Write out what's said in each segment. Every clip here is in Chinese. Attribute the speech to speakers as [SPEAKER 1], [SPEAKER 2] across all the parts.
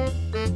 [SPEAKER 1] 好的，好的，好的，好的，好
[SPEAKER 2] 好的，好的，好的，好的，好的，好的，
[SPEAKER 3] 好的，好的，
[SPEAKER 4] 好的，好的，好的，好的，好
[SPEAKER 5] 好的，好的，好的，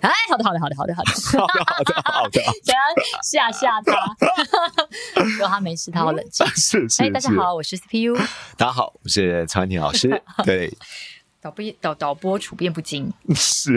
[SPEAKER 1] 哎，好的，好的，好的，好的，好的，
[SPEAKER 3] 好的，好的，好的，
[SPEAKER 1] 想要吓吓他，如果他没事，他 好冷静。
[SPEAKER 3] 是是
[SPEAKER 1] 哎，大家好，我是 CPU
[SPEAKER 3] 大家好，我是曹安婷 老师。对，
[SPEAKER 1] 导播导导播处变不惊。
[SPEAKER 3] 是，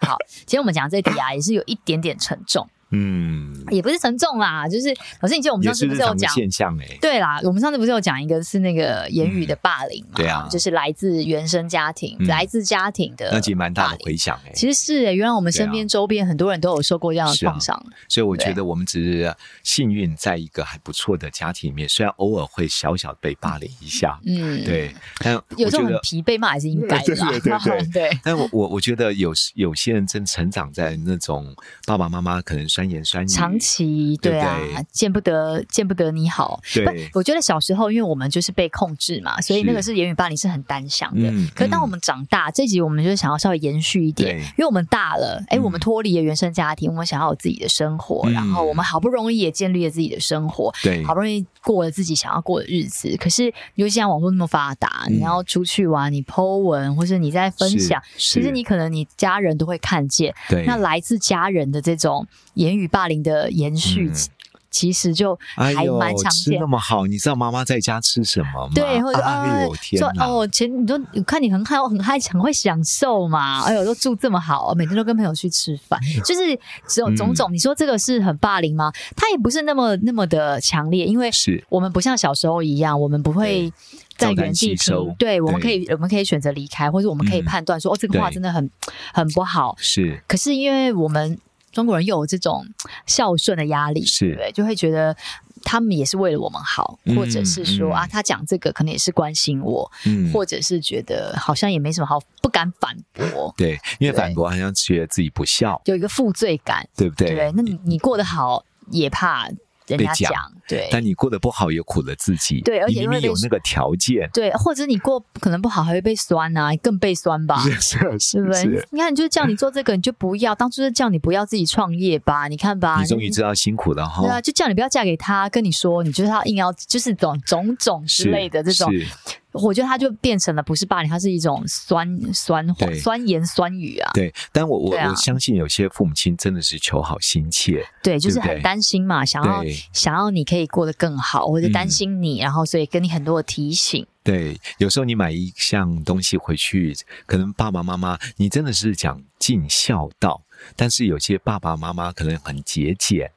[SPEAKER 1] 好，今天我们讲这题啊，也是有一点点沉重，
[SPEAKER 3] 嗯，
[SPEAKER 1] 也不是沉重啦，就是老师，你记得我们
[SPEAKER 3] 也
[SPEAKER 1] 上次
[SPEAKER 3] 是
[SPEAKER 1] 不
[SPEAKER 3] 日
[SPEAKER 1] 是有
[SPEAKER 3] 常的
[SPEAKER 1] 讲
[SPEAKER 3] 现象哎。
[SPEAKER 1] 对啦，我们上次不是有讲一个是那个言语的霸凌嘛？
[SPEAKER 3] 嗯对啊
[SPEAKER 1] 就是来自原生家庭、
[SPEAKER 3] 嗯
[SPEAKER 1] 来自家庭的
[SPEAKER 3] 那其实蛮大
[SPEAKER 1] 霸
[SPEAKER 3] 的
[SPEAKER 1] 凌。
[SPEAKER 3] 回响哎、
[SPEAKER 1] 其实是、欸，原来我们身边、
[SPEAKER 3] 对啊
[SPEAKER 1] 周边很多人都有受过这样的
[SPEAKER 3] 是啊
[SPEAKER 1] 创伤。
[SPEAKER 3] 所以我
[SPEAKER 1] 对
[SPEAKER 3] 觉得我们只是幸运，在一个还不错的家庭里面，虽然偶尔会小小被霸凌一下，
[SPEAKER 1] 嗯，，
[SPEAKER 3] 对，但
[SPEAKER 1] 有
[SPEAKER 3] 我
[SPEAKER 1] 这
[SPEAKER 3] 觉
[SPEAKER 1] 种很
[SPEAKER 3] 得，
[SPEAKER 1] 疲惫骂也是应该的啦。
[SPEAKER 3] 对对对
[SPEAKER 1] 对
[SPEAKER 3] 但我我我觉得有有些人真成长在那种爸爸妈妈可能酸言酸 语，
[SPEAKER 1] 长期
[SPEAKER 3] 对
[SPEAKER 1] 对啊，
[SPEAKER 3] 对
[SPEAKER 1] 见不得见不得你好。
[SPEAKER 3] 对
[SPEAKER 1] 不，我觉得小时候因为我们就是被控制嘛，所以
[SPEAKER 3] 是
[SPEAKER 1] 那个是言语霸凌是很单向的。
[SPEAKER 3] 嗯
[SPEAKER 1] 可是当
[SPEAKER 3] 嗯
[SPEAKER 1] 我们长大，这集我们就是想要稍微延续一点，
[SPEAKER 3] 对
[SPEAKER 1] 因为我们大了，哎，我们
[SPEAKER 3] 嗯
[SPEAKER 1] 脱离了原生家庭，我们想要有自己的生活，然后
[SPEAKER 3] 嗯
[SPEAKER 1] 我们好不容易也建立了自己的生活。
[SPEAKER 3] 对
[SPEAKER 1] 好不容易过了自己想要过的日子，可是尤其像网络那么发达，
[SPEAKER 3] 嗯
[SPEAKER 1] 你要出去玩，你 Po 文或是你在分
[SPEAKER 3] 是
[SPEAKER 1] 享，其实
[SPEAKER 3] 是
[SPEAKER 1] 你可能你家人都会看见，
[SPEAKER 3] 对，
[SPEAKER 1] 那来自家人的这种言语霸凌的延续，
[SPEAKER 3] 嗯
[SPEAKER 1] 其其实就
[SPEAKER 3] 哎
[SPEAKER 1] 还
[SPEAKER 3] 呦
[SPEAKER 1] 蛮常
[SPEAKER 3] 吃
[SPEAKER 1] 见
[SPEAKER 3] 那。么好，你知道妈妈在家吃什么吗？
[SPEAKER 1] 对，或者
[SPEAKER 3] 哎
[SPEAKER 1] 呃
[SPEAKER 3] 呦天
[SPEAKER 1] 说
[SPEAKER 3] 哪！
[SPEAKER 1] 哦，前你都看你很好，很嗨，很会享受嘛。哎呦，都住这么好，每天都跟朋友去吃饭，
[SPEAKER 3] 哎
[SPEAKER 1] 就是只有
[SPEAKER 3] 嗯
[SPEAKER 1] 种种。你说这个是很霸凌吗？它也不是那么那么的强烈，因为
[SPEAKER 3] 是
[SPEAKER 1] 我们不像小时候一样，我们不会在
[SPEAKER 3] 照单
[SPEAKER 1] 原地
[SPEAKER 3] 吸收
[SPEAKER 1] 停。对，我们可
[SPEAKER 3] 对
[SPEAKER 1] 以我们可以选择离开，或者我们可以
[SPEAKER 3] 嗯
[SPEAKER 1] 判断说，哦，这个话
[SPEAKER 3] 对
[SPEAKER 1] 真的很很不好。
[SPEAKER 3] 是，
[SPEAKER 1] 可是因为我们中国人又有这种孝顺的压力，
[SPEAKER 3] 是
[SPEAKER 1] 对不对，就会觉得他们也是为了我们好，
[SPEAKER 3] 嗯
[SPEAKER 1] 或者是说、
[SPEAKER 3] 嗯
[SPEAKER 1] 啊，他讲这个可能也是关心我，
[SPEAKER 3] 嗯，
[SPEAKER 1] 或者是觉得好像也没什么好，不敢反驳，
[SPEAKER 3] 对，因
[SPEAKER 1] 对
[SPEAKER 3] 为反驳好像觉得自己不孝，
[SPEAKER 1] 有一个负罪感，
[SPEAKER 3] 对不
[SPEAKER 1] 对不对？
[SPEAKER 3] 对？
[SPEAKER 1] 那你你过得好，也怕人家
[SPEAKER 3] 被讲
[SPEAKER 1] 对。
[SPEAKER 3] 但你过得不好，也苦了自己。
[SPEAKER 1] 对而且
[SPEAKER 3] 你明
[SPEAKER 1] 会
[SPEAKER 3] 明
[SPEAKER 1] 被
[SPEAKER 3] 有那个条件，
[SPEAKER 1] 对，或者你过可能不好，还会被酸啊，更被酸吧，
[SPEAKER 3] 是
[SPEAKER 1] 对不
[SPEAKER 3] 是
[SPEAKER 1] 对
[SPEAKER 3] 是。？
[SPEAKER 1] 你看，你就叫你做这个，你就不要，当初就叫你不要自己创业吧，你看吧，
[SPEAKER 3] 你终
[SPEAKER 1] 那
[SPEAKER 3] 于知道辛苦了
[SPEAKER 1] 对
[SPEAKER 3] 哈
[SPEAKER 1] 啊，，就叫你不要嫁给他，跟你说，你就是要硬要，就是种种种之
[SPEAKER 3] 是
[SPEAKER 1] 类的这种，
[SPEAKER 3] 是
[SPEAKER 1] 我觉得他就变成了不是霸凌，它是一种酸酸话
[SPEAKER 3] 对
[SPEAKER 1] 酸言酸语啊，
[SPEAKER 3] 对。但我我、
[SPEAKER 1] 对啊
[SPEAKER 3] 我相信有些父母亲真的是求好心切，
[SPEAKER 1] 对，就是
[SPEAKER 3] 对不对
[SPEAKER 1] 很担心嘛，想要
[SPEAKER 3] 对嗯
[SPEAKER 1] 想要你可以过得更好，或者担心你，然后所以跟你很多的提醒，
[SPEAKER 3] 对。有时候你买一项东西回去，可能爸爸妈妈你真的是讲尽孝道，但是有些爸爸妈妈可能很节俭，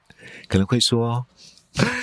[SPEAKER 3] 可能会说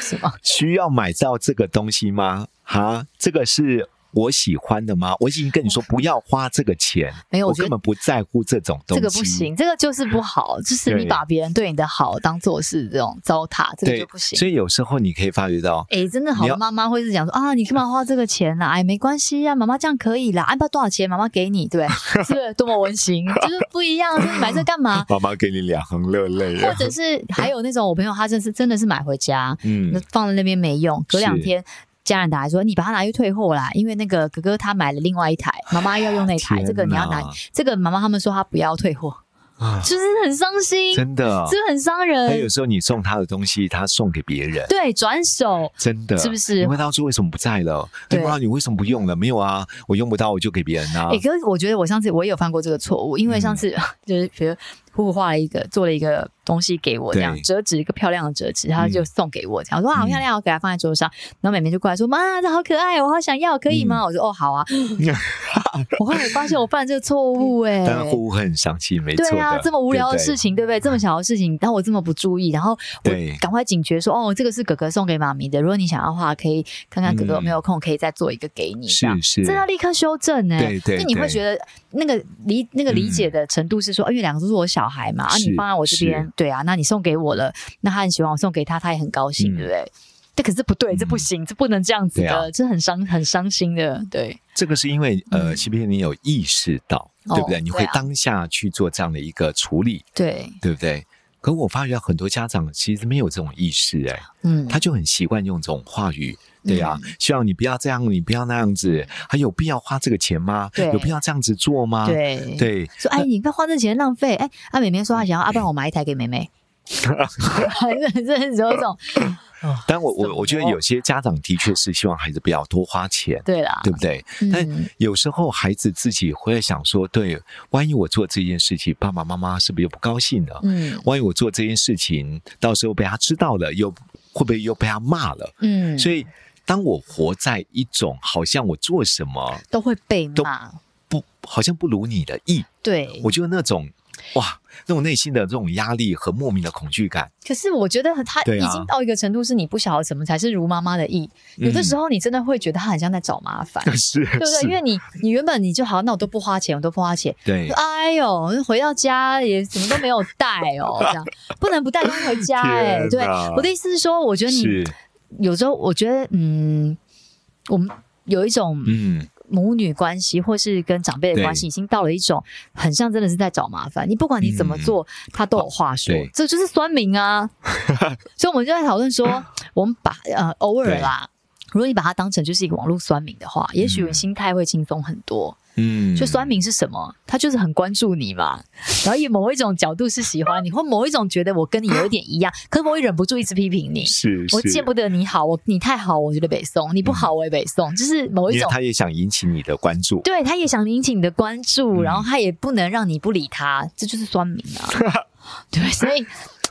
[SPEAKER 1] 是吗？
[SPEAKER 3] 需要买到这个东西吗？哈，这个是我喜欢的吗？我已经跟你说不要花这个钱，
[SPEAKER 1] 没有我
[SPEAKER 3] 我
[SPEAKER 1] 觉得
[SPEAKER 3] 根本不在乎这种东
[SPEAKER 1] 这
[SPEAKER 3] 西。
[SPEAKER 1] 个不行，这个就是不好，就是你
[SPEAKER 3] 对
[SPEAKER 1] 把别人对你的好当做是这种糟蹋，这个
[SPEAKER 3] 对
[SPEAKER 1] 就不，行。
[SPEAKER 3] 所以有时候你可以发觉到，
[SPEAKER 1] 哎、真的好
[SPEAKER 3] 你
[SPEAKER 1] 多
[SPEAKER 3] 要
[SPEAKER 1] 妈妈会是讲说啊，你干嘛花这个钱啦、哎，没关系啊，妈妈这样可以啦，按、啊、不知道多少钱，妈妈给你，对 不对？是不是多么温馨？就是不一样，就是买这干嘛？
[SPEAKER 3] 妈妈给你两行热泪 啊
[SPEAKER 1] 或者是还有那种我朋友，他真是真的是买回家，那
[SPEAKER 3] 嗯，
[SPEAKER 1] 放在那边没用，隔两
[SPEAKER 3] 是
[SPEAKER 1] 天。家人打来说：“你把它拿去退货啦，因为那个哥哥他买了另外一台，妈妈要用那台，
[SPEAKER 3] 天
[SPEAKER 1] 这个你要拿
[SPEAKER 3] 哪。
[SPEAKER 1] 这个妈妈他们说他不要退货，
[SPEAKER 3] 啊
[SPEAKER 1] 就是很伤心，
[SPEAKER 3] 真的。
[SPEAKER 1] 是不是很伤
[SPEAKER 3] 啊还有
[SPEAKER 1] 人？
[SPEAKER 3] 时候你送他的东西，他送给别人，
[SPEAKER 1] 对，转手
[SPEAKER 3] 真的
[SPEAKER 1] 是不是
[SPEAKER 3] 你问他说为什么不在了？
[SPEAKER 1] 对
[SPEAKER 3] 对妈，你为什么不用了？没有啊，我用不到，我就给别人 啊嗯
[SPEAKER 1] 哎、。可是我觉得我上次我也有犯过这个错误，因为上次、就是比如呼呼画了一个做了一个东西给我，这样
[SPEAKER 3] 对
[SPEAKER 1] 折纸一个漂亮的折纸，他
[SPEAKER 3] 嗯
[SPEAKER 1] 就送给我，这样我说哇好
[SPEAKER 3] 嗯
[SPEAKER 1] 漂亮哦，我给他放在桌上，然后妹妹就过来说妈这好可爱哦，我好想要，可以吗？
[SPEAKER 3] 嗯
[SPEAKER 1] 我说哦好啊， 我后来发现我犯了这个错误哎。
[SPEAKER 3] 当然，货物会很伤心，没错
[SPEAKER 1] 对啊
[SPEAKER 3] 的，
[SPEAKER 1] 这么无聊的
[SPEAKER 3] 对不对
[SPEAKER 1] 事情，对不对？这么小的事情，然后我这么不注意，然后我
[SPEAKER 3] 对
[SPEAKER 1] 赶快警觉说：“哦，这个是哥哥送给妈咪的，如果你想要的话，可以看看哥哥有没有空，可以再做一个给你。”这样
[SPEAKER 3] 是是，
[SPEAKER 1] 这要立刻修正哎、
[SPEAKER 3] 对对
[SPEAKER 1] 那你会
[SPEAKER 3] 对
[SPEAKER 1] 觉得那个理那个理解的程度是说，啊因为两个都是我小孩嘛，啊，
[SPEAKER 3] 是
[SPEAKER 1] 你放在我这边，对啊，那你送给我了，那他很喜欢，我送给他，他也很高兴，
[SPEAKER 3] 嗯
[SPEAKER 1] 对不对？这可是不对，这不行，这不能这样子
[SPEAKER 3] 对啊
[SPEAKER 1] 的，这很伤很伤心的，对，
[SPEAKER 3] 这个是因为
[SPEAKER 1] 嗯
[SPEAKER 3] 呃，西片你有意识到，对不
[SPEAKER 1] 哦
[SPEAKER 3] 对？你
[SPEAKER 1] 对
[SPEAKER 3] 会
[SPEAKER 1] 啊
[SPEAKER 3] 当下去做这样的一个处理，
[SPEAKER 1] 对，
[SPEAKER 3] 对不对？可我发觉很多家长其实没有这种意识、哎，
[SPEAKER 1] 嗯，
[SPEAKER 3] 他就很习惯用这种话语。对呀、希望你不要这样，你不要那样子，还有必要花这个钱吗？
[SPEAKER 1] 对
[SPEAKER 3] 有必要这样子做吗？
[SPEAKER 1] 对。
[SPEAKER 3] 对，
[SPEAKER 1] 说哎，你不要花这钱浪费。哎，啊，妹妹说她想要，啊，不然我买一台给妹 妹。还是真的有一种
[SPEAKER 3] 但我
[SPEAKER 1] 什
[SPEAKER 3] 我我觉得
[SPEAKER 1] 么
[SPEAKER 3] 有些家长的确是希望孩子不要多花钱，
[SPEAKER 1] 对啦，
[SPEAKER 3] 对不对？但
[SPEAKER 1] 嗯，
[SPEAKER 3] 有时候孩子自己会想说，对，万一我做这件事情，爸爸妈妈是不是又不高兴了？
[SPEAKER 1] 嗯
[SPEAKER 3] 万一我做这件事情，到时候被他知道了，又会不会又被他骂了？
[SPEAKER 1] 嗯，
[SPEAKER 3] 所
[SPEAKER 1] 以
[SPEAKER 3] 以，当我活在一种好像我做什么
[SPEAKER 1] 都会被
[SPEAKER 3] 都
[SPEAKER 1] 骂。
[SPEAKER 3] 不好像不如你的意，
[SPEAKER 1] 对，
[SPEAKER 3] 我觉得那种哇，那种内心的这种压力和莫名的恐惧感，
[SPEAKER 1] 可是我觉得他
[SPEAKER 3] 对
[SPEAKER 1] 已
[SPEAKER 3] 啊
[SPEAKER 1] 经到一个程度，是你不晓得什么才是如妈妈的意。有的时候你真的会觉得他很像在找麻烦，
[SPEAKER 3] 是，
[SPEAKER 1] 对不对？
[SPEAKER 3] 嗯是
[SPEAKER 1] 因为你你原本你就好，那我都不花钱，我都不花钱。
[SPEAKER 3] 对
[SPEAKER 1] 哎呦，回到家也什么都没有带哦，这样不能不带东西回家哎、
[SPEAKER 3] 天
[SPEAKER 1] 对
[SPEAKER 3] 哪，
[SPEAKER 1] 我的意思是说，我觉得你
[SPEAKER 3] 是，
[SPEAKER 1] 有时候，我觉得嗯，我们有一种
[SPEAKER 3] 嗯，
[SPEAKER 1] 母女关系，或是跟长辈的关系，
[SPEAKER 3] 对
[SPEAKER 1] 已经到了一种很像真的是在找麻烦。你不管你怎么嗯做，他都有话说
[SPEAKER 3] 对，
[SPEAKER 1] 这就是酸民 啊。所以我们就在讨论说，我们把呃偶尔
[SPEAKER 3] 对
[SPEAKER 1] 啦。如果你把它当成就是一个网络酸民的话，也许你心态会轻松很多。
[SPEAKER 3] 嗯，
[SPEAKER 1] 就酸民是什么？他就是很关注你嘛，然后以某一种角度是喜欢你，或某一种觉得我跟你有一点一样，可是我会忍不住一直批评你。
[SPEAKER 3] 是，
[SPEAKER 1] 我
[SPEAKER 3] 是
[SPEAKER 1] 见不得你好，我你太好，我觉得北宋；你不好，我也北宋。就是某一
[SPEAKER 3] 因为
[SPEAKER 1] 种，
[SPEAKER 3] 他也想引起你的关注，
[SPEAKER 1] 对，他也想引起你的关注，
[SPEAKER 3] 嗯
[SPEAKER 1] 然后他也不能让你不理他，这就是酸民 啊。对，所以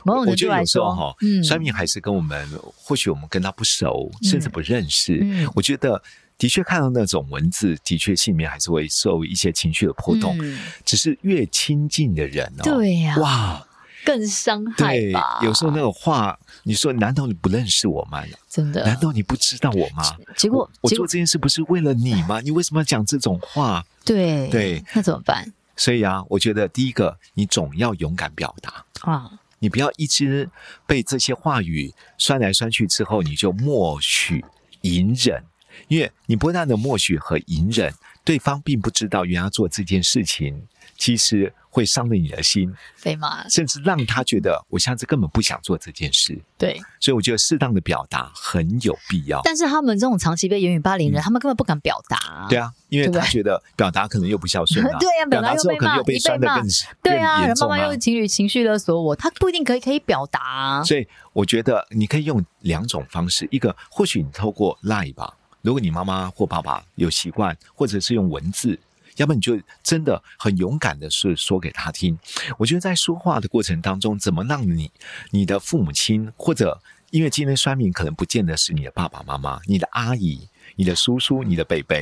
[SPEAKER 1] 某种
[SPEAKER 3] 我
[SPEAKER 1] 程
[SPEAKER 3] 觉
[SPEAKER 1] 度
[SPEAKER 3] 得
[SPEAKER 1] 来
[SPEAKER 3] 有时
[SPEAKER 1] 说，
[SPEAKER 3] 候哈，酸民还是跟我们，或许我们跟他不熟，
[SPEAKER 1] 嗯
[SPEAKER 3] 甚至不认识。
[SPEAKER 1] 嗯
[SPEAKER 3] 我觉得的确看到那种文字，的确心里面还是会受一些情绪的波动。
[SPEAKER 1] 嗯
[SPEAKER 3] 只是越亲近的人哦，
[SPEAKER 1] 对呀、
[SPEAKER 3] 哇，
[SPEAKER 1] 更伤害
[SPEAKER 3] 对
[SPEAKER 1] 吧。，
[SPEAKER 3] 有时候那个话，你说难道你不认识我吗？
[SPEAKER 1] 真的
[SPEAKER 3] 难，道你不知道我吗？
[SPEAKER 1] 呃结果
[SPEAKER 3] 我我
[SPEAKER 1] 结
[SPEAKER 3] 做
[SPEAKER 1] 果
[SPEAKER 3] 这件事不是为了你吗？你为什么要讲这种话？
[SPEAKER 1] 对，
[SPEAKER 3] 对，
[SPEAKER 1] 那怎么办
[SPEAKER 3] 所以啊，我觉得第一个，你总要勇敢表达。
[SPEAKER 1] 啊？
[SPEAKER 3] 你不要一直被这些话语酸来酸去之后，你就默许隐忍，因为你不断的默许和隐忍，对方并不知道原来做这件事情其实会伤了你 的心，
[SPEAKER 1] 飞马，
[SPEAKER 3] 甚至让他觉得我下次根本不想做这件事。
[SPEAKER 1] 对，
[SPEAKER 3] 所以我觉得适当的表达很有必要。
[SPEAKER 1] 但是他们这种长期被言语霸凌的人，
[SPEAKER 3] 嗯
[SPEAKER 1] 他们根本不敢表达。
[SPEAKER 3] 对啊，因为
[SPEAKER 1] 对不
[SPEAKER 3] 他
[SPEAKER 1] 对
[SPEAKER 3] 觉得表达可能又不孝顺 啊，
[SPEAKER 1] 对啊表
[SPEAKER 3] 表
[SPEAKER 1] 达
[SPEAKER 3] 达
[SPEAKER 1] 又
[SPEAKER 3] 之后
[SPEAKER 1] 被
[SPEAKER 3] 可能
[SPEAKER 1] 骂
[SPEAKER 3] 又被
[SPEAKER 1] 一被
[SPEAKER 3] 酸的
[SPEAKER 1] 骂
[SPEAKER 3] 更
[SPEAKER 1] 对啊，
[SPEAKER 3] 更
[SPEAKER 1] 然
[SPEAKER 3] 严
[SPEAKER 1] 后
[SPEAKER 3] 重
[SPEAKER 1] 妈妈
[SPEAKER 3] 啊
[SPEAKER 1] 用。情侣情绪勒索我，他不一定可以可以表达啊。
[SPEAKER 3] 所以我觉得你可以用两种方式，一个或许你透过 Line 吧，如果你妈妈或爸爸有习惯，或者是用文字。要么你就真的很勇敢的是说给他听。我觉得在说话的过程当中，怎么让你你的父母亲或者因为今天酸民可能不见得是你的爸爸妈妈、你的阿姨、你的叔叔、你的伯伯，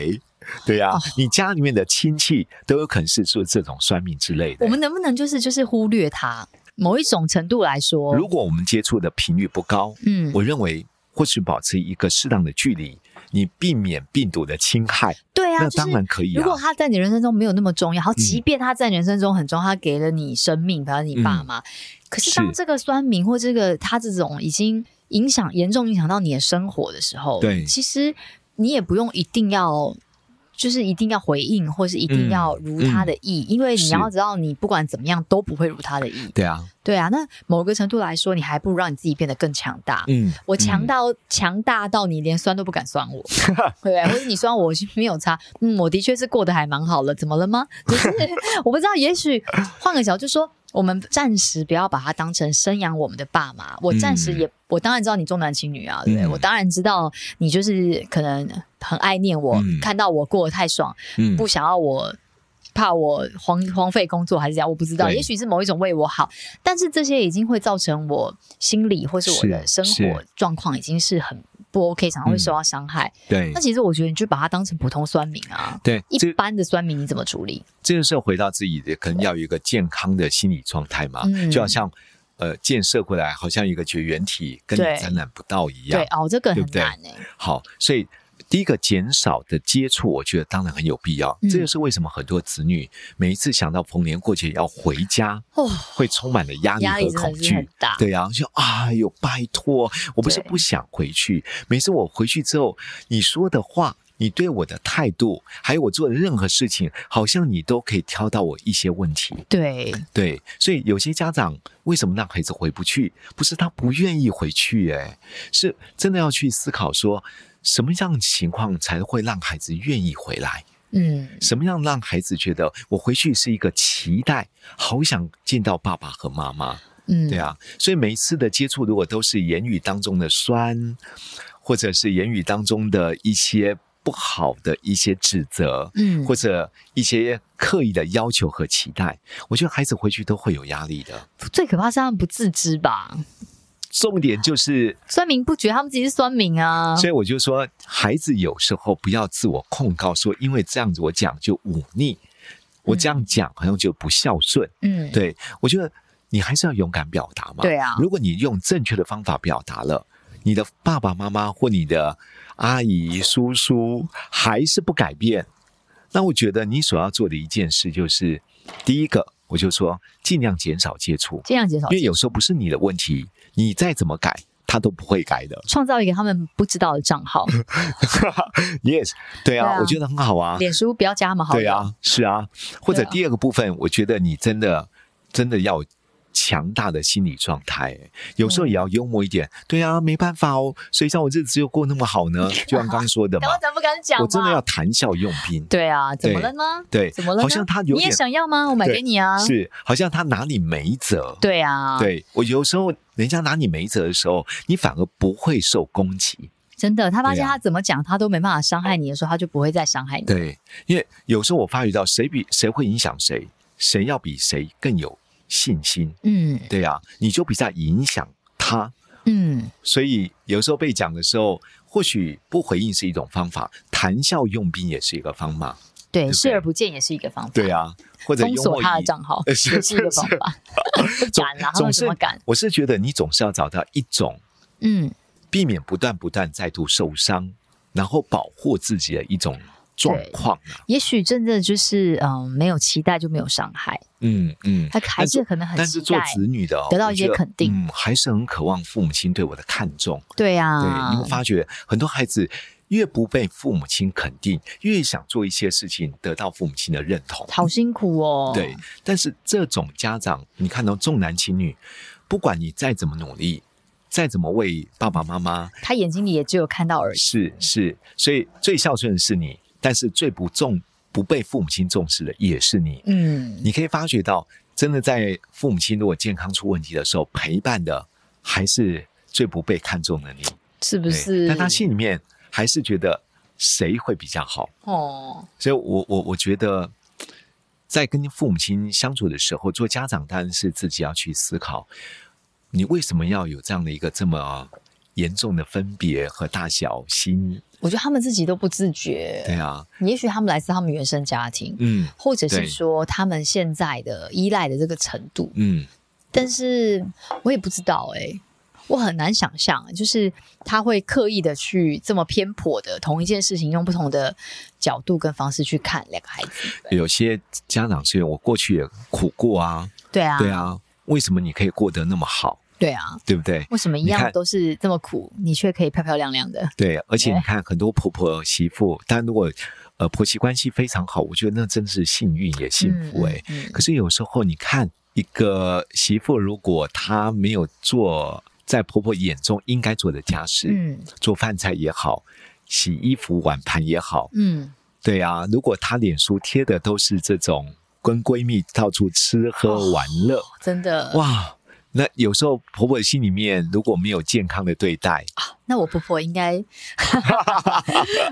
[SPEAKER 3] 对呀、你家里面的亲戚都有可能是做这种酸民之类的。
[SPEAKER 1] 我们能不能就是就是忽略他？某一种程度来说，
[SPEAKER 3] 如果我们接触的频率不高，
[SPEAKER 1] 嗯，
[SPEAKER 3] 我认为或许保持一个适当的距离，你避免病毒的侵害，
[SPEAKER 1] 对啊，
[SPEAKER 3] 那
[SPEAKER 1] 就是
[SPEAKER 3] 当然可以
[SPEAKER 1] 如
[SPEAKER 3] 啊
[SPEAKER 1] 果。他在你人生中没有那么重要，好，即
[SPEAKER 3] 嗯
[SPEAKER 1] 便他在你人生中很重要，他给了你生命，比如你爸妈，可是当
[SPEAKER 3] 嗯是
[SPEAKER 1] 这个酸民或这个他这种已经影响严重影响到你的生活的时候，
[SPEAKER 3] 对
[SPEAKER 1] 其实你也不用一定要。就是一定要回应，或是一定要如他的意，因为你
[SPEAKER 3] 嗯是
[SPEAKER 1] 要知道，你不管怎么样都不会如他的意。
[SPEAKER 3] 对啊，
[SPEAKER 1] 对啊，那某个程度来说，你还不如让你自己变得更强大。
[SPEAKER 3] 嗯，
[SPEAKER 1] 我强
[SPEAKER 3] 嗯
[SPEAKER 1] 到强大到你连酸都不敢酸我，对不对？或者你酸我我就没有差，嗯，我的确是过得还蛮好了，怎么了吗？就是 我不知道，也许换个角度说，我们暂时不要把它当成生养我们的爸妈。我暂时也，我当然知道你重男轻女啊，对不对？
[SPEAKER 3] 嗯
[SPEAKER 1] 我当然知道你就是可能很爱念我，
[SPEAKER 3] 嗯
[SPEAKER 1] 看到我过得太爽，
[SPEAKER 3] 嗯
[SPEAKER 1] 不想要我。怕我荒荒废工作还是这样，我不知道，
[SPEAKER 3] 对
[SPEAKER 1] 也许是某一种为我好，但是这些已经会造成我心理或是我的
[SPEAKER 3] 是
[SPEAKER 1] 生活
[SPEAKER 3] 是
[SPEAKER 1] 状况已经是很不 OK，常常会受到伤害。
[SPEAKER 3] 对
[SPEAKER 1] 那。其实我觉得你就把它当成普通酸民啊，
[SPEAKER 3] 对，
[SPEAKER 1] 一
[SPEAKER 3] 嗯这
[SPEAKER 1] 般的酸民你怎么处理？
[SPEAKER 3] 这个时候回到自己的，可能要有一个健康的心理状态嘛，
[SPEAKER 1] 嗯
[SPEAKER 3] 就好像呃建设过来，好像一个绝缘体，跟你
[SPEAKER 1] 对
[SPEAKER 3] 沾染不到一样
[SPEAKER 1] 对。哦，这个很
[SPEAKER 3] 对不对
[SPEAKER 1] 难哎、
[SPEAKER 3] 好，所以第一个减少的接触，我觉得当然很有必要。
[SPEAKER 1] 嗯
[SPEAKER 3] 这就是为什么很多子女每一次想到逢年过节要回家，
[SPEAKER 1] 哦
[SPEAKER 3] 会充满了压力
[SPEAKER 1] 压力真
[SPEAKER 3] 和恐
[SPEAKER 1] 的是
[SPEAKER 3] 惧
[SPEAKER 1] 很。大。
[SPEAKER 3] 对呀、啊，就哎呦，拜托，我不是
[SPEAKER 1] 对
[SPEAKER 3] 不想回去，每次我回去之后，你说的话你对我的态度，还有我做的任何事情，好像你都可以挑到我一些问题。
[SPEAKER 1] 对，
[SPEAKER 3] 对，所以有些家长为什么让孩子回不去？不是他不愿意回去、哎，是真的要去思考说，什么样的情况才会让孩子愿意回来？
[SPEAKER 1] 嗯，
[SPEAKER 3] 什么样让孩子觉得我回去是一个期待，好想见到爸爸和妈妈？
[SPEAKER 1] 嗯，
[SPEAKER 3] 对啊，所以每一次的接触，如果都是言语当中的酸，或者是言语当中的一些不好的一些指责，
[SPEAKER 1] 嗯
[SPEAKER 3] 或者一些刻意的要求和期待，我觉得孩子回去都会有压力的。
[SPEAKER 1] 最可怕是他们不自知吧？
[SPEAKER 3] 重点就是，
[SPEAKER 1] 酸民不觉得他们自己是酸民啊，
[SPEAKER 3] 所以我就说，孩子有时候不要自我控告说，因为这样子我讲就忤逆，我这样讲好像就不孝顺。
[SPEAKER 1] 嗯，
[SPEAKER 3] 对，我觉得你还是要勇敢表达嘛。
[SPEAKER 1] 对啊
[SPEAKER 3] 如果你用正确的方法表达了，你的爸爸妈妈或你的阿姨、叔叔还是不改变，那我觉得你所要做的一件事就是，第一个，我就说尽量减少接触，
[SPEAKER 1] 尽量减少
[SPEAKER 3] 因，为有时候不是你的问题，你再怎么改，他都不会改的。
[SPEAKER 1] 创造一个他们不知道的账号，
[SPEAKER 3] yes，对
[SPEAKER 1] 对
[SPEAKER 3] 啊，
[SPEAKER 1] 啊
[SPEAKER 3] 我觉得很好啊。
[SPEAKER 1] 脸书不要加他们好友，
[SPEAKER 3] 对啊，是啊，或者
[SPEAKER 1] 对啊
[SPEAKER 3] 第二个部分，我觉得你真的真的要有强大的心理状态，欸有时候也要幽默一点。对啊，没办法哦，谁叫我日子又过那么好呢？ 就像刚刚说的嘛
[SPEAKER 1] 台，湾咱不敢讲吧，
[SPEAKER 3] 我真的要谈笑用兵。
[SPEAKER 1] 对啊，怎么了呢？
[SPEAKER 3] 对，
[SPEAKER 1] 怎么了呢？
[SPEAKER 3] 好像他有
[SPEAKER 1] 你也
[SPEAKER 3] 点
[SPEAKER 1] 想要吗？我买给你啊，
[SPEAKER 3] 是，好像他拿你没辙。
[SPEAKER 1] 对啊，，
[SPEAKER 3] 对我有时候人家拿你没辙的时候，你反而不会受攻击。
[SPEAKER 1] 真的，他发
[SPEAKER 3] 对
[SPEAKER 1] 现
[SPEAKER 3] 啊
[SPEAKER 1] 他怎么讲他都没办法伤害你的时候，他就不会再伤害你。
[SPEAKER 3] 对，因为有时候我发觉到谁比谁会影响谁，谁要比谁更有信心。
[SPEAKER 1] 嗯
[SPEAKER 3] 对呀、你就比较影响他。
[SPEAKER 1] 嗯，
[SPEAKER 3] 所以有时候被讲的时候，或许不回应是一种方法，谈笑用兵也是一个方法。
[SPEAKER 1] 对，
[SPEAKER 3] 对
[SPEAKER 1] 视而不见也是一个方法。
[SPEAKER 3] 对啊，或者
[SPEAKER 1] 封
[SPEAKER 3] 幽
[SPEAKER 1] 锁
[SPEAKER 3] 默
[SPEAKER 1] 他的
[SPEAKER 3] 一
[SPEAKER 1] 账号也
[SPEAKER 3] 是
[SPEAKER 1] 是一个方法。不
[SPEAKER 3] 总
[SPEAKER 1] 敢啊，他
[SPEAKER 3] 总
[SPEAKER 1] 们怎
[SPEAKER 3] 是
[SPEAKER 1] 么敢？
[SPEAKER 3] 我是觉得你总是要找到一种
[SPEAKER 1] 嗯，
[SPEAKER 3] 避免不断不断再度受伤，然后保护自己的一种状况啊。
[SPEAKER 1] 也许真的就是嗯，没有期待就没有伤害，
[SPEAKER 3] 嗯嗯。
[SPEAKER 1] 他还是可能很
[SPEAKER 3] 但
[SPEAKER 1] 期
[SPEAKER 3] 是做
[SPEAKER 1] 待。
[SPEAKER 3] 子女的、哦、
[SPEAKER 1] 得到
[SPEAKER 3] 我
[SPEAKER 1] 一些
[SPEAKER 3] 觉得
[SPEAKER 1] 肯定
[SPEAKER 3] 嗯，还是很渴望父母亲对我的看重。
[SPEAKER 1] 对
[SPEAKER 3] 对，你
[SPEAKER 1] 啊
[SPEAKER 3] 会，发觉很多孩子越不被父母亲肯定，越想做一些事情得到父母亲的认同。
[SPEAKER 1] 好辛苦哦。
[SPEAKER 3] 对，但是这种家长，你看到重男轻女，不管你再怎么努力，再怎么为爸爸妈妈，
[SPEAKER 1] 他眼睛里也只有看到而已。
[SPEAKER 3] 是是，所以最孝顺的是你，但是最不重不被父母亲重视的也是你。
[SPEAKER 1] 嗯，
[SPEAKER 3] 你可以发觉到，真的在父母亲如果健康出问题的时候，陪伴的还是最不被看重的你。
[SPEAKER 1] 是不
[SPEAKER 3] 对
[SPEAKER 1] 是？
[SPEAKER 3] 但他心里面还是觉得谁会比较好，
[SPEAKER 1] 哦，
[SPEAKER 3] 所以我我我觉得，在跟父母亲相处的时候，做家长当然是自己要去思考，你为什么要有这样的一个这么严重的分别和大小心？
[SPEAKER 1] 我觉得他们自己都不自觉。
[SPEAKER 3] 对啊，
[SPEAKER 1] 也许他们来自他们原生家庭，
[SPEAKER 3] 嗯
[SPEAKER 1] 或者
[SPEAKER 3] 对
[SPEAKER 1] 是说他们现在的依赖的这个程度，
[SPEAKER 3] 嗯，
[SPEAKER 1] 但是我也不知道哎、我很难想象，欸就是他会刻意的去这么偏颇的同一件事情，用不同的角度跟方式去看两个孩子。
[SPEAKER 3] 嗯有些家长是我过去也苦过啊，
[SPEAKER 1] 对啊，
[SPEAKER 3] 对，啊，为什么你可以过得那么好，
[SPEAKER 1] 对啊，
[SPEAKER 3] 对不对？
[SPEAKER 1] 为什么一
[SPEAKER 3] 你
[SPEAKER 1] 样
[SPEAKER 3] 看
[SPEAKER 1] 都是这么苦，你却可以漂漂亮亮的？
[SPEAKER 3] 对，而且你
[SPEAKER 1] 哎
[SPEAKER 3] 看，很多婆婆媳妇，但如果呃婆媳关系非常好，我觉得那真是幸运也幸福哎、
[SPEAKER 1] 嗯嗯
[SPEAKER 3] 可是有时候你看一个媳妇，如果她没有做在婆婆眼中应该做的家事，
[SPEAKER 1] 嗯
[SPEAKER 3] 做饭菜也好，洗衣服碗盘也好，
[SPEAKER 1] 嗯，
[SPEAKER 3] 对啊，如果她脸书贴的都是这种跟闺蜜到处吃
[SPEAKER 1] 哦
[SPEAKER 3] 喝玩乐，
[SPEAKER 1] 真的哇！
[SPEAKER 3] 哇，那有时候婆婆心里面如果没有健康的对待，
[SPEAKER 1] 那我婆婆应 该，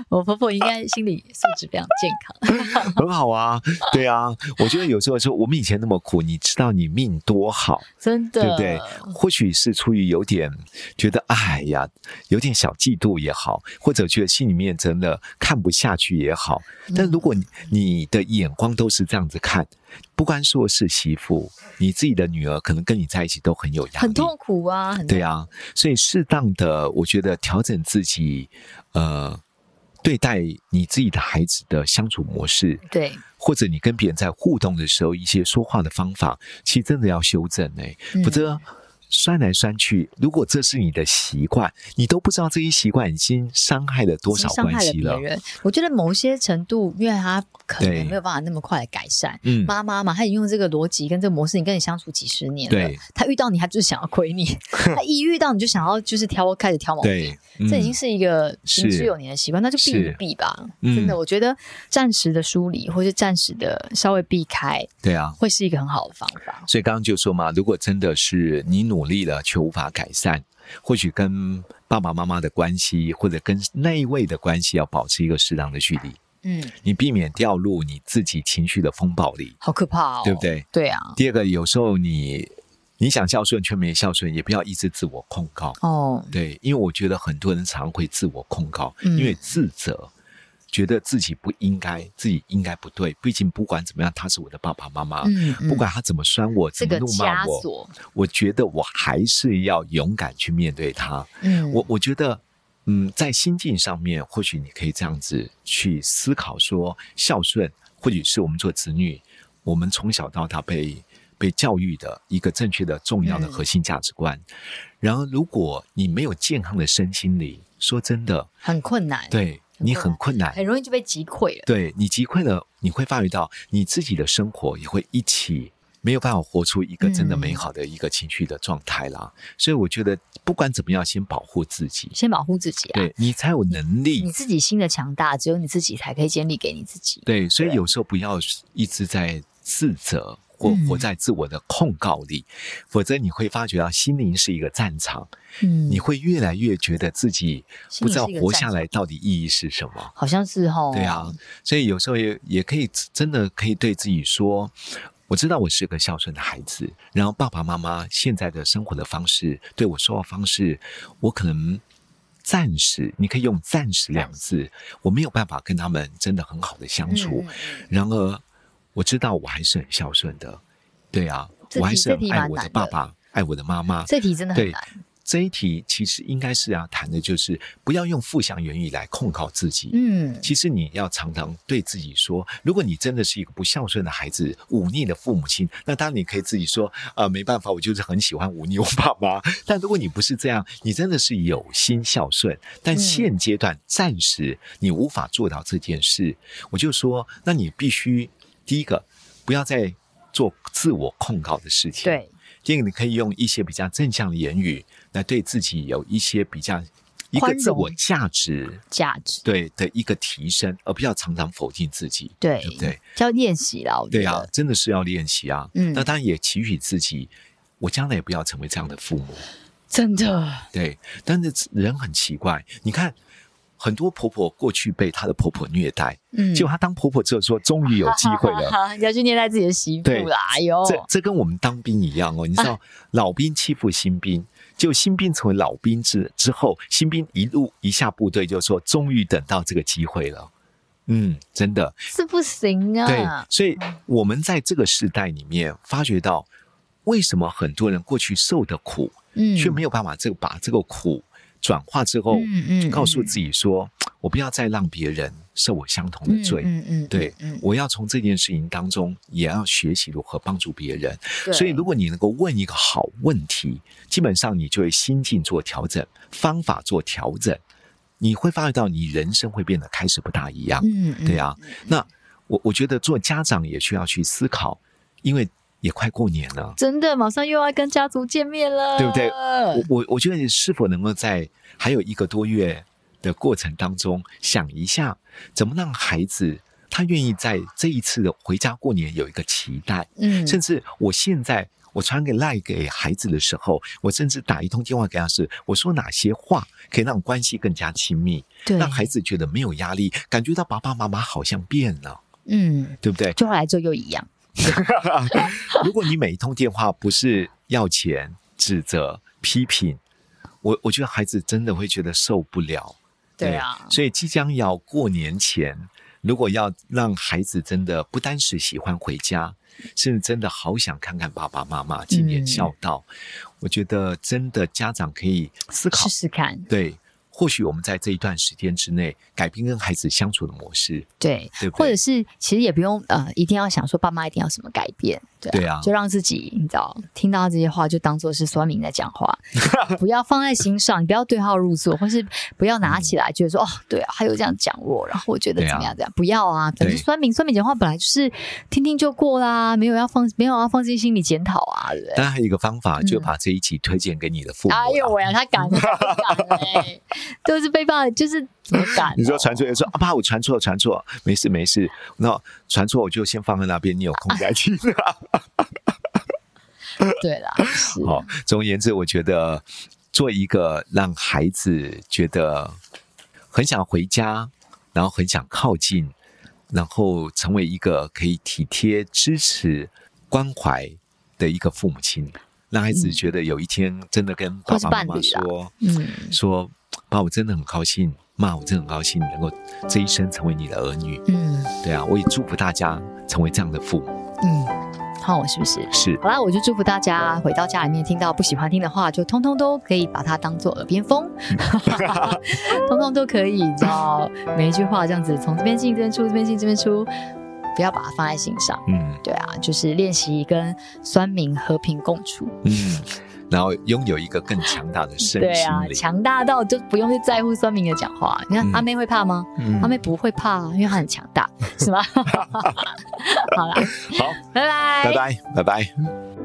[SPEAKER 1] 我婆婆应该心理素质非常健康。
[SPEAKER 3] 很好啊，对啊，我觉得有时候说我们以前那么苦，你知道你命 多好，
[SPEAKER 1] 真的，
[SPEAKER 3] 对不对？或许是出于有点觉得哎呀，有点小嫉妒也好，或者觉得心里面真的看不下去也好。
[SPEAKER 1] 嗯
[SPEAKER 3] 但如果你你的眼光都是这样子看，不光说是媳妇，你自己的女儿可能跟你在一起都很有压力，
[SPEAKER 1] 很痛苦啊，很
[SPEAKER 3] 对啊，所以适当的，我觉得调整自己，呃，对待你自己的孩子的相处模式，
[SPEAKER 1] 对，
[SPEAKER 3] 或者你跟别人在互动的时候一些说话的方法，其实真的要修正哎、
[SPEAKER 1] 嗯
[SPEAKER 3] 否则酸来酸去，如果这是你的习惯，你都不知道这一习惯已经伤害了多
[SPEAKER 1] 已
[SPEAKER 3] 少
[SPEAKER 1] 经伤
[SPEAKER 3] 关
[SPEAKER 1] 害了
[SPEAKER 3] 系了
[SPEAKER 1] 别。人。我觉得某些程度，因为他可
[SPEAKER 3] 对
[SPEAKER 1] 能没有办法那么快的改善。
[SPEAKER 3] 嗯，
[SPEAKER 1] 妈妈嘛，她已经用这个逻辑跟这个模式，你跟你相处几十年了
[SPEAKER 3] 对，
[SPEAKER 1] 她遇到你，她就是想要亏 你；她一遇到你就想要就是挑开始挑毛病。
[SPEAKER 3] 对，嗯
[SPEAKER 1] 这已经是一个行之
[SPEAKER 3] 是
[SPEAKER 1] 有年的习惯，那就避一
[SPEAKER 3] 是
[SPEAKER 1] 避吧。
[SPEAKER 3] 嗯
[SPEAKER 1] 真的，我觉得暂时的梳理或是暂时的稍微避开，
[SPEAKER 3] 对啊。
[SPEAKER 1] 会是一个很好的方法。
[SPEAKER 3] 所以刚刚就说嘛，如果真的是你努力了却无法改善，或许跟爸爸妈妈的关系，或者跟那一位的关系，要保持一个适当的距离，
[SPEAKER 1] 嗯，
[SPEAKER 3] 你避免掉入你自己情绪的风暴里，
[SPEAKER 1] 好可怕哦，
[SPEAKER 3] 对不？对？
[SPEAKER 1] 对啊，
[SPEAKER 3] 第二个，有时候你你想孝顺却没孝顺，也不要一直自我控告。
[SPEAKER 1] 哦，
[SPEAKER 3] 对，因为我觉得很多人常会自我控告，
[SPEAKER 1] 嗯
[SPEAKER 3] 因为自责，觉得自己不应该，自己应该不对。毕竟不管怎么样，他是我的爸爸妈妈，
[SPEAKER 1] 嗯，嗯
[SPEAKER 3] 不管他怎么酸我，
[SPEAKER 1] 这
[SPEAKER 3] 怎
[SPEAKER 1] 个
[SPEAKER 3] 么怒骂
[SPEAKER 1] 枷
[SPEAKER 3] 我，
[SPEAKER 1] 锁，
[SPEAKER 3] 我觉得我还是要勇敢去面对他。
[SPEAKER 1] 嗯，
[SPEAKER 3] 我我觉得。嗯，在心境上面，或许你可以这样子去思考说，孝顺，或许是我们做子女，我们从小到大被被教育的一个正确的、重要的
[SPEAKER 1] 嗯
[SPEAKER 3] 核心价值观。然而，如果你没有健康的身心灵，说真的，
[SPEAKER 1] 很困难，，
[SPEAKER 3] 对你很困难，
[SPEAKER 1] 很容易就被击溃了。
[SPEAKER 3] 对你击溃了，你会发觉到你自己的生活也会一起没有办法活出一个真的
[SPEAKER 1] 嗯
[SPEAKER 3] 美好的一个情绪的状态啦。所以我觉得不管怎么样，先保护自己，
[SPEAKER 1] 先保护自己啊，
[SPEAKER 3] 对你才有能力
[SPEAKER 1] 你。自己心的强大，只有你自己才可以建立给你自己。
[SPEAKER 3] 对，所以有时候不要一直在自责。或
[SPEAKER 1] 嗯
[SPEAKER 3] 活在自我的控告里，否则你会发觉到心灵是一个战场，
[SPEAKER 1] 嗯，
[SPEAKER 3] 你会越来越觉得自己
[SPEAKER 1] 心
[SPEAKER 3] 不
[SPEAKER 1] 灵
[SPEAKER 3] 知道
[SPEAKER 1] 是一个
[SPEAKER 3] 活
[SPEAKER 1] 战
[SPEAKER 3] 下
[SPEAKER 1] 场
[SPEAKER 3] 来到底意义是什么。
[SPEAKER 1] 好像是哦，
[SPEAKER 3] 对啊，，所以有时候也也可以真的可以对自己说，我知道我是个孝顺的孩子，然后爸爸妈妈现在的生活的方式，对我说话方式，我可能。暂时，你可以用“暂时”两个字，我没有办法跟他们真的很好的
[SPEAKER 1] 嗯
[SPEAKER 3] 相处。然而，我知道我还是很孝顺的，对啊，
[SPEAKER 1] 这
[SPEAKER 3] 我还
[SPEAKER 1] 题
[SPEAKER 3] 是
[SPEAKER 1] 这
[SPEAKER 3] 很
[SPEAKER 1] 题
[SPEAKER 3] 爱
[SPEAKER 1] 蛮
[SPEAKER 3] 我的
[SPEAKER 1] 难
[SPEAKER 3] 爸
[SPEAKER 1] 的
[SPEAKER 3] 爸，爱我的妈妈。
[SPEAKER 1] 这题真的很
[SPEAKER 3] 对
[SPEAKER 1] 难。
[SPEAKER 3] 这一题其实应该是要谈的，就是不要用负向言语来控告自己。
[SPEAKER 1] 嗯，
[SPEAKER 3] 其实你要常常对自己说，如果你真的是一个不孝顺的孩子、忤逆的父母亲，那当然你可以自己说，呃，没办法，我就是很喜欢忤逆我爸妈。但如果你不是这样，你真的是有心孝顺，但
[SPEAKER 1] 嗯
[SPEAKER 3] 现阶段暂时你无法做到这件事，我就说，那你必须第一个不要再做自我控告的事情，
[SPEAKER 1] 对，
[SPEAKER 3] 第二个，你可以用一些比较正向的言语来对自己有一些比较一个
[SPEAKER 1] 宽
[SPEAKER 3] 自我
[SPEAKER 1] 容
[SPEAKER 3] 价值
[SPEAKER 1] 价值，
[SPEAKER 3] 对的一个提升，而不要常常否定自己。
[SPEAKER 1] 对
[SPEAKER 3] 对不对，
[SPEAKER 1] 要练习啦，我觉
[SPEAKER 3] 对啊
[SPEAKER 1] 得，，
[SPEAKER 3] 真的是要练习啊。
[SPEAKER 1] 嗯
[SPEAKER 3] 那当然也期许自己，我将来也不要成为这样的父母。
[SPEAKER 1] 真的，
[SPEAKER 3] 对，但是人很奇怪，你看很多婆婆过去被她的婆婆虐待，
[SPEAKER 1] 嗯，
[SPEAKER 3] 结果她当婆婆之后说，终于有机会 了。
[SPEAKER 1] 哈，要去虐待自己的媳妇
[SPEAKER 3] 对
[SPEAKER 1] 啦，哎呦，
[SPEAKER 3] 这这跟我们当兵一样哦，你知道，老兵欺负新兵，就新兵成为老兵之之后，新兵一路一下部队就说，终于等到这个机会了。嗯，真的，
[SPEAKER 1] 是不行
[SPEAKER 3] 对
[SPEAKER 1] 啊，，
[SPEAKER 3] 所以我们在这个时代里面发觉到，为什么很多人过去受的苦，
[SPEAKER 1] 嗯，
[SPEAKER 3] 却没有办法这个把这个苦转化之后，
[SPEAKER 1] 嗯嗯
[SPEAKER 3] 就告诉自己说，我不要再让别人受我相同的罪。
[SPEAKER 1] 嗯嗯，嗯
[SPEAKER 3] 对
[SPEAKER 1] 嗯，
[SPEAKER 3] 我要从这件事情当中，也要学习如何帮助别人。
[SPEAKER 1] 对
[SPEAKER 3] 所以，如果你能够问一个好问题，基本上你就会心境做调整，方法做调整，你会发觉到你人生会变得开始不大一样。
[SPEAKER 1] 嗯，嗯
[SPEAKER 3] 对，啊，那我我觉得做家长也需要去思考，因为也快过年了，
[SPEAKER 1] 真的，马上又要跟家族见面了，嗯
[SPEAKER 3] 对不对我我我觉得是否能够在还有一个多月的过程当中，想一下怎么让孩子他愿意在这一次的回家过年有一个期待，
[SPEAKER 1] 嗯，
[SPEAKER 3] 甚至我现在。我传给赖给孩子的时候，我甚至打一通电话给他是，我说哪些话可以让关系更加亲密，
[SPEAKER 1] 对，
[SPEAKER 3] 让孩子觉得没有压力，感觉到爸爸妈妈好像变了，
[SPEAKER 1] 嗯，
[SPEAKER 3] 对不对？
[SPEAKER 1] 就后来就又一样，
[SPEAKER 3] 如果你每一通电话不是要钱、指责、批评，我我觉得孩子真的会觉得受不了。
[SPEAKER 1] 对啊
[SPEAKER 3] 所以即将要过年前，如果要让孩子真的不单是喜欢回家，甚至真的好想看看爸爸妈妈今年
[SPEAKER 1] 嗯
[SPEAKER 3] 孝道，我觉得真的家长可以思考
[SPEAKER 1] 试试看，
[SPEAKER 3] 对，或许我们在这一段时间之内，改变跟孩子相处的模式，
[SPEAKER 1] 对，
[SPEAKER 3] 对不
[SPEAKER 1] 或者
[SPEAKER 3] 对？
[SPEAKER 1] 是其实也不用呃，一定要想说爸妈一定要什么改变，对、
[SPEAKER 3] 对啊
[SPEAKER 1] 就让自己你知道听到这些话就当做是酸民在讲 话，不要放在心上，你不要对号入座，或是不要拿起来觉得说、哦，对啊，他有这样讲我，然后我觉得
[SPEAKER 3] 嗯对
[SPEAKER 1] 怎么
[SPEAKER 3] 啊
[SPEAKER 1] 样怎么样，不要啊，反正
[SPEAKER 3] 对
[SPEAKER 1] 酸民酸民讲话本来就是听听就过啦，没有要放没有要放进心里检讨啊，对不对？
[SPEAKER 3] 当然，还有一个方法，就
[SPEAKER 1] 嗯
[SPEAKER 3] 把这一集推荐给你的父母啦。
[SPEAKER 1] 哎呦喂、啊，他敢啊，他敢 哎、都是被爸，就是怎么敢、哦
[SPEAKER 3] 你说传错，说啊爸，我传错，传错，没事没事。那传错我就先放在那边，你有空再 听。
[SPEAKER 1] 对啦，是
[SPEAKER 3] 好，总而言之，我觉得做一个让孩子觉得很想回家，然后很想靠近，然后成为一个可以体贴、支持、关怀的一个父母亲，让孩子
[SPEAKER 1] 嗯
[SPEAKER 3] 觉得有一天真的跟
[SPEAKER 1] 或
[SPEAKER 3] 爸
[SPEAKER 1] 是
[SPEAKER 3] 爸妈
[SPEAKER 1] 伴
[SPEAKER 3] 妈
[SPEAKER 1] 侣啦
[SPEAKER 3] 说。
[SPEAKER 1] 嗯。
[SPEAKER 3] 说：“爸，我真的很高兴，妈，我真的很高兴能够这一生成为你的儿女。
[SPEAKER 1] 嗯”
[SPEAKER 3] 对啊，我也祝福大家成为这样的父母。
[SPEAKER 1] 嗯，看我是不是？
[SPEAKER 3] 是，
[SPEAKER 1] 好啦，我就祝福大家回到家里面，听到不喜欢听的话，就通通都可以把它当做耳边风，
[SPEAKER 3] 嗯
[SPEAKER 1] 通通都可以，你知道每一句话这样子从这边进这边出，这边进这边出，不要把它放在心上。
[SPEAKER 3] 嗯
[SPEAKER 1] 对啊，就是练习跟酸民和平共处。
[SPEAKER 3] 嗯，然后拥有一个更强大的身
[SPEAKER 1] 对
[SPEAKER 3] 心
[SPEAKER 1] 啊，
[SPEAKER 3] 灵。
[SPEAKER 1] 强大到就不用去在乎酸民的讲话。你看
[SPEAKER 3] 嗯
[SPEAKER 1] 阿妹会怕吗？
[SPEAKER 3] 嗯
[SPEAKER 1] 阿妹不会怕，因为她很强大，是吗？好啦，
[SPEAKER 3] 好，
[SPEAKER 1] 拜拜，
[SPEAKER 3] 拜拜，拜拜。